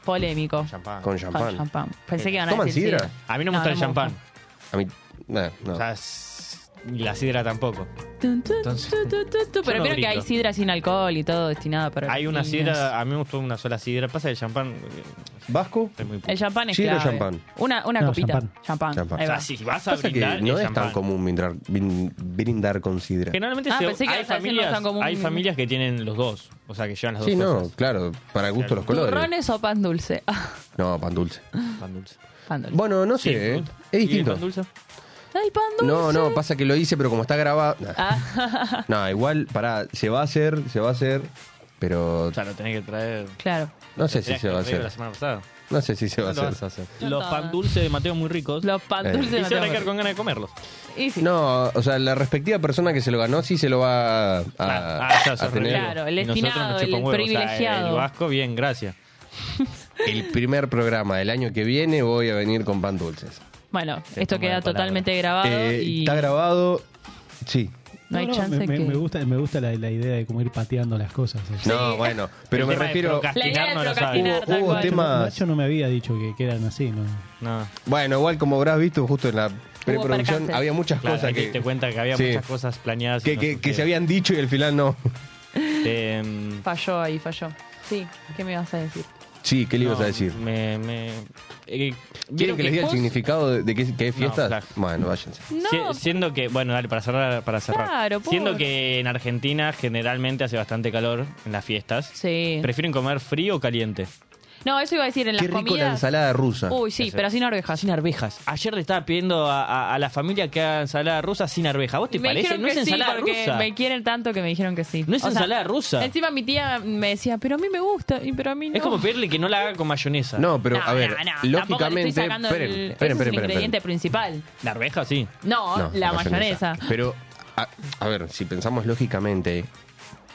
Polémico.
Champán.
Con
Con
champán. Eh,
champán. Pensé que iban a
¿Toman
decir
sidra?
A mí no me gusta el
me
champán.
A mí. nah, no.
O sea, s- y la sidra tampoco.
Tun, tun,
Entonces,
tun, tun, tun, tun. Pero
no
vieron que hay
brindo.
sidra sin alcohol y todo destinado para
Hay
los
una
niños.
sidra, a mí me gustó una sola sidra. Pasa que el champán eh,
Vasco.
es muy poco.
El champán es
Sidra o
clave.
champán.
Una, una
No,
copita.
champán.
Champán.
Champán.
Ahí
O
va.
sea, si vas a
Pasa que
brindar,
no
el
es
champán.
tan común brindar, brin- brindar con sidra.
Generalmente
Ah,
se-
pensé que
hay,
ibas a decir no es
familias,
tan común.
hay familias que tienen los dos. O sea, que llevan las
Sí,
dos
no,
cosas.
claro, para gusto los colores.
¿Turrones o pan dulce? [LAUGHS] Ah,
No, pan dulce.
Pan dulce.
pan dulce.
Bueno, no sé,
Sí,
eh,
pan dulce.
es
¿Y el
distinto.
pan dulce?
El pan dulce. Ah,
No, no, pasa que lo hice, pero como está grabado. nah. No, igual, pará, se va a hacer, se va a hacer, pero
O sea, lo tenés que traer.
[LAUGHS] Claro.
no sé
lo
si
tenías
se
que
va a
traer
hacer.
La semana pasada.
No sé si se va a
No lo vas a
hacer.
hacer.
No
Los
todo.
pan dulce de Mateo muy ricos.
Los pan
Eh.
dulces
y
no
se van a
tengo-
quedar con ganas de comerlos.
Y sí.
No, o sea, la respectiva persona que se lo ganó sí se lo va a, a-
Ah, ya,
a
sos
tener.
rebelde.
Claro, el
Y nosotros
destinado,
nos
el
chupa un huevo, o sea,
privilegiado.
el vasco, bien, gracias.
El primer programa del año que viene voy a venir con pan dulces.
Bueno,
Te
esto
tomo
queda
la palabra.
totalmente grabado
Eh,
y
Está grabado. Sí.
no hay chance
me, me-
que...
me gusta, me gusta la, la idea de cómo ir pateando las cosas.
No, bueno. Pero
El
me
tema de
refiero.
procrastinar
La idea de
no lo sabe.
procrastinar,
Hubo-
tal
hubo
cual.
Nacho, no-
temas-
Nacho no me había dicho que, que eran así, ¿no?
No.
Bueno, igual como habrás visto justo en la preproducción,
percances.
había muchas
Claro,
cosas
ahí te
que,
diste cuenta que había
Sí.
muchas cosas planeadas. y
que,
no
que- que se
sucedieron.
habían dicho y al final no.
Eh,
Falló ahí, falló. Sí, ¿qué me vas a decir?
Sí, ¿qué le ibas
no,
a decir?
Me, me, eh,
¿Quieren
vieron
que les diga el
vos-
significado de, de qué, qué
No,
fiestas?
claro.
Bueno, váyanse.
No,
Sie- siendo que, bueno, dale, para cerrar, para cerrar.
Claro, por-
siendo que en Argentina generalmente hace bastante calor en las fiestas.
sí.
¿Prefieren comer frío o caliente?
No, eso iba a decir en las
Qué rico la
comidas.
ensalada rusa.
Uy, sí, pero sin arvejas.
Ah, Sin arvejas. Ayer le estaba pidiendo a, a- a la familia que haga ensalada rusa sin arveja. ¿Vos te
me
parece?
dijeron
No
que
es ensalada
sí, porque
rusa.
me quieren tanto que me dijeron que sí.
No es
O sea,
ensalada rusa.
Encima mi tía me decía, pero a mí me gusta, y pero a mí no.
Es como pedirle que no la haga con mayonesa.
No, pero
No,
a ver,
no, no, tampoco le
lógicamente.
estoy sacando
esperen,
el-
esperen,
ese es
esperen,
el ingrediente
esperen.
principal.
La arveja sí.
No,
No,
la, mayonesa.
Pero, a, a ver, si pensamos lógicamente,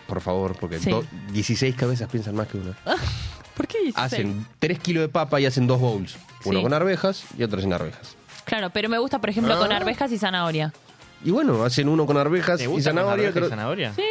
por favor, porque
Sí. Ah,
do- 16 cabezas piensan más que una.
¿Por qué dices
Hacen 3 kilos de papa y hacen dos bowls. Uno
Sí.
con arvejas y otro sin arvejas.
eso? Claro, pero me gusta, por ejemplo, con
Ah.
arvejas y zanahoria.
Y bueno, hacen uno con arvejas
¿Te
y
gusta con
zanahoria.
arveja y
creo-
zanahoria?
Sí.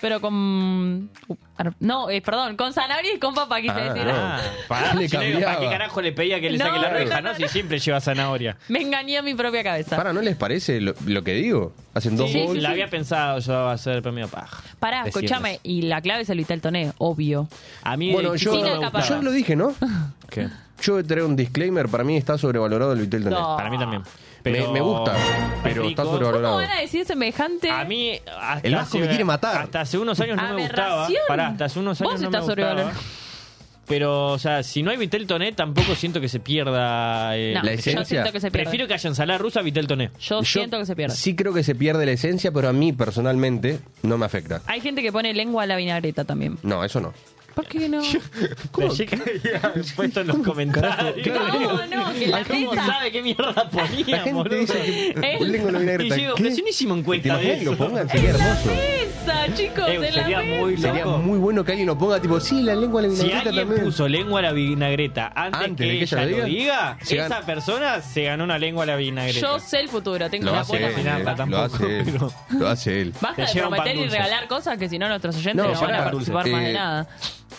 Pero con. uh, ar- No, eh, perdón, con zanahoria y con papa, quise
Ah,
decir.
Ah, pará,
¿Qué le
yo le digo, ¿Para
cambiaba?
qué carajo le pedía que le
No,
saque la
no,
arveja?
no,
No, si siempre lleva zanahoria.
Me engañé a mi propia cabeza.
Para, ¿no les parece lo, lo que digo? Hacen dos
Sí,
bowls.
la había pensado yo va a ser premio paja.
Pará,
Decirles.
escúchame, y la clave es el vital toné, obvio.
A mí
Bueno,
de
yo,
chico no me
Sin acaparar.
gustaba.
yo lo dije, ¿no?
[LAUGHS] ¿Qué?
Yo traigo un disclaimer, para mí está sobrevalorado el Vitel Toné.
No.
Para mí también.
Me, me gusta, pero está
¿Cómo
sobrevalorado.
van a decir semejante?
A mí. Hasta
El Vasco me
hace-
quiere matar.
Hasta hace unos años no me gustaba.
Aberración.
Pará, hasta hace unos
Ah, Vos
años no
estás
me gustaba.
sobrevalorado.
Pero, o sea, si no hay Vitel Toné, tampoco siento que se pierda. eh,
No,
la
Yo
esencia.
siento que se pierde.
Prefiero que haya ensalada rusa a Vitel Toné.
Yo
Yo
siento que se pierde.
Sí creo que se pierde la esencia, pero a mí personalmente no me afecta.
Hay gente que pone lengua a la vinagreta también.
No, eso no.
¿Por
[LAUGHS]
qué no?
¿Cómo?
[LAUGHS]
[LAUGHS] puesto en los comentarios.
No, no, que la
¿Cómo
mesa.
sabe qué mierda ponía,
La gente
boludo?
dice que
Él-
tengo la
Y
vinagreta.
yo digo,
¿Qué?
pero si no hicimos
¿Te
encuesta de
imaginas que lo
eso.
pongan? Sería hermoso.
Esa, chicos,
Eh,
de la
sería
mesa.
muy
Sería
loco.
muy bueno que alguien lo ponga tipo, sí, la lengua de la
Si
vinagreta
alguien
también.
puso lengua a la vinagreta antes, que, ella lo diga,
se
esa
gana.
persona se ganó una lengua a la vinagreta.
Yo sé el futuro, tengo
Lo
la
hace
buena
él.
manera.
imaginarla
eh, Lo
tampoco,
hace él.
pero-
Lo hace él.
Basta
Te
de
lleva un pan
prometer y
dulce.
regalar cosas que si no nuestros oyentes
No,
no, van a
pará.
participar más de
Eh,
nada.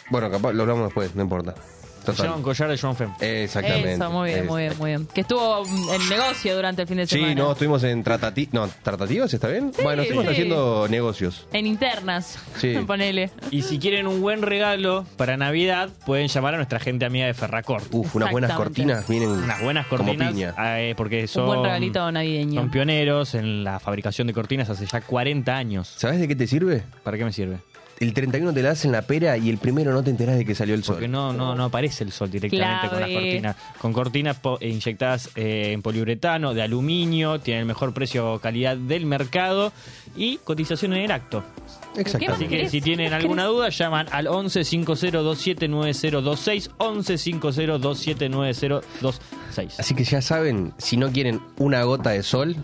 Bueno, capaz lo hablamos después, no importa.
Se
Total.
llama un collar de John Femme.
Exactamente.
Eso, muy bien,
Es-
muy bien, muy bien. Que estuvo mm, en negocio durante el fin de semana.
Sí, no, estuvimos en tratati no, tratativas, ¿está bien? bueno, estuvimos
sí.
haciendo negocios.
En internas,
Sí.
[LAUGHS] ponele.
Y si quieren un buen regalo para Navidad, pueden llamar a nuestra gente amiga de Ferracort.
Uf, unas buenas
Exactamente.
cortinas vienen
Unas buenas
como
cortinas,
piña.
eh, porque son,
buen regalito navideño.
son pioneros en la fabricación de cortinas hace ya 40 años.
¿Sabes de qué te sirve?
¿Para qué me sirve?
El 31 te la das en la pera y el primero no te enterás de que salió el sol.
Porque no, no, no aparece el sol directamente con las
Clave.
cortinas. Con cortinas po- eh, inyectadas eh, en poliuretano, de aluminio, tienen el mejor precio calidad del mercado y cotización en el acto.
más
Así
Exactamente.
que
querés?
si
¿Qué
tienen
más
alguna
querés?
duda, llaman al 11 50 27 9026 11 50 27 9026.
Así que ya saben, si no quieren una gota de sol,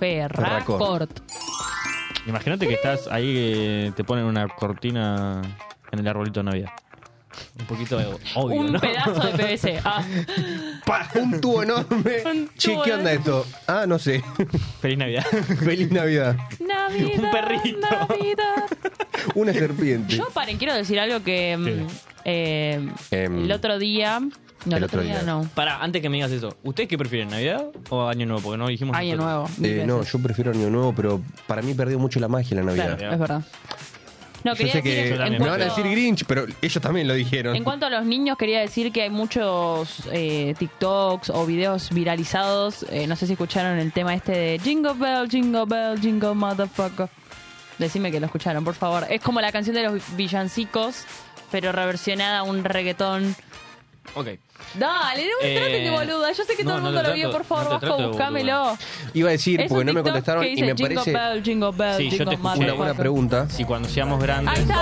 Ferracort.
Imagínate que estás ahí, eh, te ponen una cortina en el arbolito de Navidad. Un poquito de obvio,
Un
¿no?
pedazo de PVC. Ah,
¡pa! un tubo enorme.
[LAUGHS] Un
che,
tubo
¿qué onda esto? Ah, no sé.
[LAUGHS]
[LAUGHS]
Feliz Navidad.
Feliz Navidad.
Navidad,
Un perrito.
Navidad.
Una serpiente.
Yo, paren, quiero decir algo que mm,
Sí.
eh,
Em,
el otro día... No, el otro día, no.
Pará, antes que me digas eso, ¿ustedes qué prefieren, Navidad o Año Nuevo? Porque no dijimos.
Año
nosotros.
nuevo. mil
Eh,
veces.
no, yo prefiero Año Nuevo, pero para mí perdió mucho la magia la Navidad.
Claro.
Es verdad. No,
Yo
quería
sé
decir
que
en,
también.
me van a
cuanto,
decir Grinch, pero ellos también lo dijeron.
en cuanto a los niños, quería decir que hay muchos eh, TikToks o videos viralizados. eh, no sé si escucharon el tema este de Jingle Bell, Jingle Bell, Jingle Motherfucker. Decime que lo escucharon, por favor. Es como la canción de los villancicos, pero reversionada a un reggaetón.
Ok.
Dale, no me
Eh,
trates de boluda. Yo sé que
no,
todo el
no
mundo
te
lo vio,
trato-
por favor,
no te
Vasco,
trato de boluda.
búscamelo.
Iba a decir,
Es
porque
un
no me
TikTok
contestaron
que
y
dice
me
Jingle
parece
Bell, Jingle Bell,
Sí, yo
Jingle
te escuché.
una buena
Motherfucker.
pregunta.
Si cuando seamos
Ahí
grandes.
está,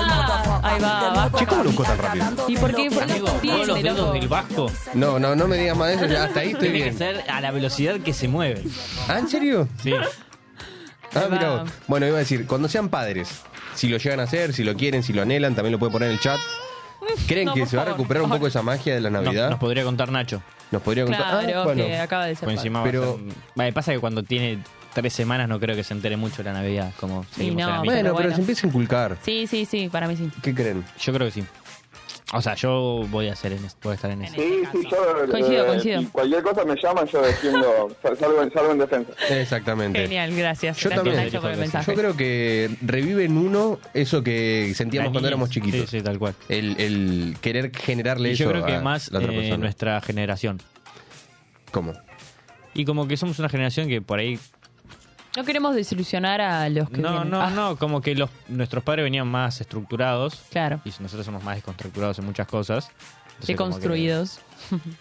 ahí va, Vasco.
Che, ¿cómo lo buscó tan rápido?
¿Y por qué? ¿Por qué
Amigo,
no
con los
entiende,
dedos
loco?
del vasco
No, no, no me digas más de eso, ya hasta ahí estoy
tiene que
bien.
ser a la velocidad que se mueve.
¿Ah, en serio?
Sí.
Ah,
Ahí
mira
va.
vos. Bueno, iba a decir, cuando sean padres, si lo llegan a hacer, si lo quieren, si lo anhelan, también lo pueden poner en el chat. ¿Creen
No,
que
por
se va a
favor,
recuperar un
por
poco esa magia de la
Nos,
Navidad?
nos podría contar Nacho.
Nos podría contar. Ah,
Claro,
bueno.
que acaba de ser.
Por encima va a
Pero-
ser- Vale, pasa que cuando tiene tres semanas no creo que se entere mucho de la Navidad, como seguimos
no,
en la misma.
Bueno, pero,
bueno.
se empieza a inculcar.
Sí, sí, sí, para mí sí.
¿Qué creen?
Yo creo que sí. O sea, yo voy a hacer en voy a estar en eso.
Sí, sí, yo.
Coincido,
eh,
coincido.
si cualquier cosa me llaman, yo defiendo. sal- salgo, en- salgo en defensa.
Exactamente.
Genial, gracias.
Yo
gracias,
también.
Nacho, por el
Yo
mensaje.
creo que revive en uno eso que sentíamos
La
cuando
niñez.
éramos chiquitos.
Sí, sí, tal cual.
El, el querer generarle
Y
eso
yo creo que
a
más
la otra
eh,
persona.
nuestra generación.
¿Cómo?
Y como que somos una generación que por ahí...
No queremos desilusionar a los que
No,
vienen.
no,
Ah,
no, como que los, nuestros padres venían más estructurados
Claro.
y nosotros somos más desconstructurados en muchas cosas. Entonces, como que- [LAUGHS]
Deconstruidos.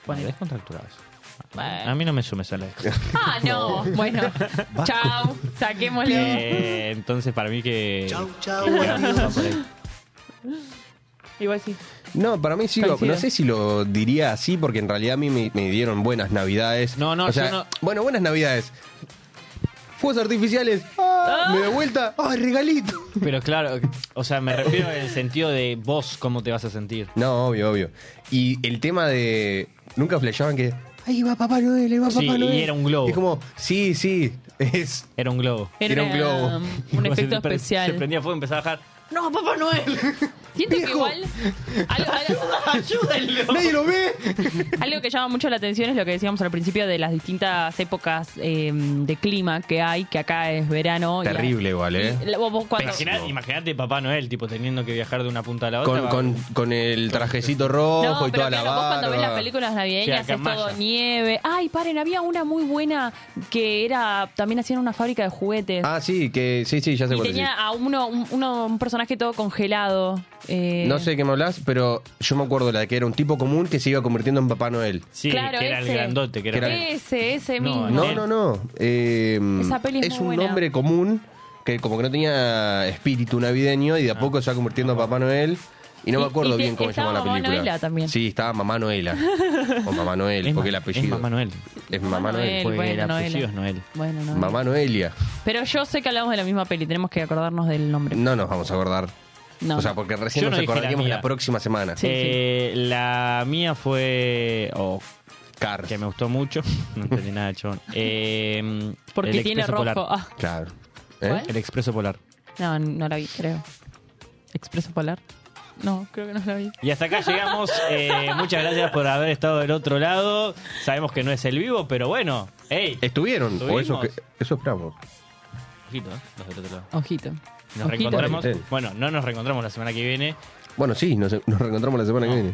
Bueno, desconstructurados.
Bueno.
A mí no me sumes a la desconstrucción.
[LAUGHS] Ah,
[LAUGHS]
no. Bueno. Chao. Saquémoslo.
Eh, entonces, para mí que...
Igual sí.
No, para mí sí, lo-
Coincido.
no sé si lo diría así, porque en realidad a mí me, me dieron buenas navidades.
No, no,
O
yo
sea,
no-
Bueno, buenas navidades. Fuegos artificiales. ¡Ah! Me de vuelta. ¡Ay, regalito!
Pero claro, o sea, me refiero en el sentido de vos cómo te vas a sentir.
No, obvio, obvio. Y el tema de. Nunca flasheaban que. Ahí va Papá Noel, ahí va Papá
Sí, y
Noel.
era un globo.
Es como, sí, sí. Es.
Era un globo.
Era un
[LAUGHS]
globo.
um, Eh, un
Tipo, se
efecto
te pre- Se
especial.
prendía fuego y empezaba a bajar.
No, Papá Noel. Siento que
Viejo.
igual. Algo,
[LAUGHS]
algo-
¡Nadie lo ve!
algo que llama mucho la atención es lo que decíamos al principio de las distintas épocas eh, de clima que hay, que acá es verano. y-
Terrible, igual, ¿eh?
y- vos- vos cuando-
Imagina- Imagínate Papá Noel, tipo, teniendo que viajar de una punta a la otra.
Con,
va-
con, con el trajecito rojo
No,
y
pero
toda
claro,
la
vos cuando ves las
barba.
películas
Sí,
navideñas
acá
es
en
todo
Maya.
nieve. Ay, paren, había una muy buena que era también hacían una fábrica de juguetes.
Ah, sí, que. Sí, sí, ya sé
y
cuál
tenía
decís.
a uno un, uno- un personaje todo congelado. eh,
No sé de qué me hablas, pero yo me acuerdo la de que era un tipo común que se iba convirtiendo en Papá Noel.
Sí,
Claro,
que era el
ese.
grandote, que era,
Que era-
Ese, ese
No,
mismo.
No, no, no. Eh,
Esa peli es
es
muy
un
buena.
nombre común que como que no tenía espíritu navideño y
Ah.
de a poco se va convirtiendo en Papá Noel. Y no
Y-
me acuerdo
y te-
bien cómo se
estaba
llama la
Mamá
película.
Noela también.
Sí, estaba Mamá
[LAUGHS]
Noela. O Mamá Noel,
Es ma-
porque el apellido.
Es Mamá Noel.
Es Mamá Noel.
Porque
bueno,
el
Noel.
apellido es Noel.
Bueno, no.
Mamá Noelia.
Pero yo sé que hablamos de la misma peli, tenemos que acordarnos del nombre.
No nos vamos a acordar.
No.
O sea, porque recién
Yo no
nos
dije la
acordaríamos
mía.
la, próxima semana.
Sí,
Eh, La mía fue. oh,
Cars.
que me gustó mucho. [LAUGHS] No entendí nada, chon.
porque tiene rojo.
Polar.
Ah,
Claro. ¿Eh?
¿Cuál?
El expreso polar.
no, no la vi, creo. ¿Expreso Polar? No, creo que no la vi.
Y hasta acá llegamos. Eh, muchas gracias por haber estado del otro lado. Sabemos que no es el vivo, pero bueno. ¡Ey!
Eh. ¿Estuvieron? O eso,
Estuvimos.
que, eso esperamos.
Ojito, ¿eh? Los del otro lado.
Ojito.
Nos
Ojito.
reencontramos.
Bien.
Bueno, no nos reencontramos la semana que viene.
Bueno, sí, nos, nos reencontramos la semana que viene.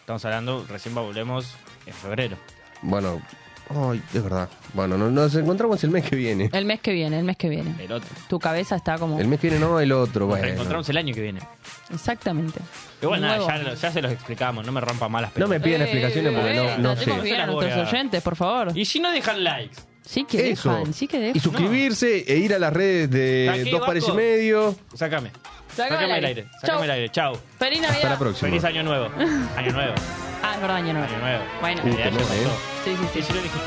Estamos hablando, recién volvemos en febrero.
Bueno, ay, es verdad. Bueno, no- nos encontramos el mes que viene.
El mes que viene, el mes que viene.
El otro.
Tu cabeza está como.
El mes que viene no, el otro.
Nos
Bueno.
reencontramos el año que viene.
Exactamente.
Igual nada,
Nuevo.
ya, lo- ya se los explicamos, no me rompan malas
No
pelotas.
me piden explicaciones porque
Eh,
no, no sé.
Tratemos bien a nuestros oyentes, por favor.
Y si no dejan likes.
Sí que
Eso.
dejan, sí que
Y
dejan.
suscribirse e ir a las redes de
Aquí,
dos pares y
Vasco.
medio.
Sácame.
Sácame
Sácame
el
el
aire.
aire. Sácame
Chau.
el aire. Chau.
Feliz
Hasta
Navidad.
la próxima.
Feliz año
[LAUGHS]
nuevo. Año nuevo.
Ah, es verdad, año nuevo.
Año nuevo.
Bueno.
Uy,
Ya
temor,
pasó.
eh.
Sí, sí, sí.
Sí, sí lo dijiste.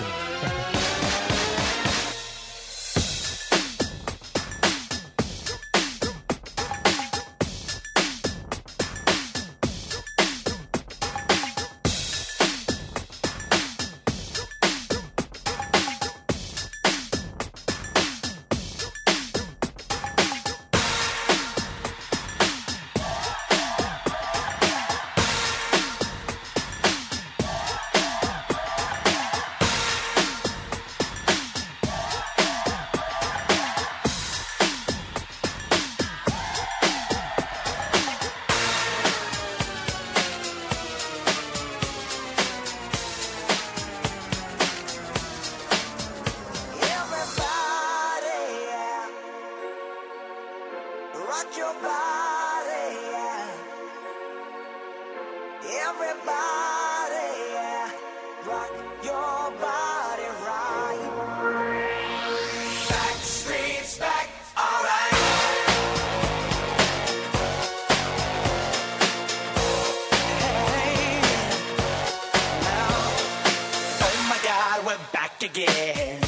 Everybody, yeah. Rock your body, yeah. Everybody, yeah. Rock your body right. Back streets back, alright. Hey, now. Oh my God, we're back again.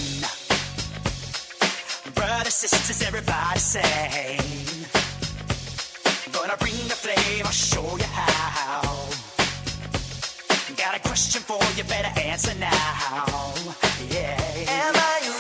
Brothers, sisters, everybody sing. Gonna bring the flame, I'll show you how.
Got a question for you, better answer now. Yeah. Am I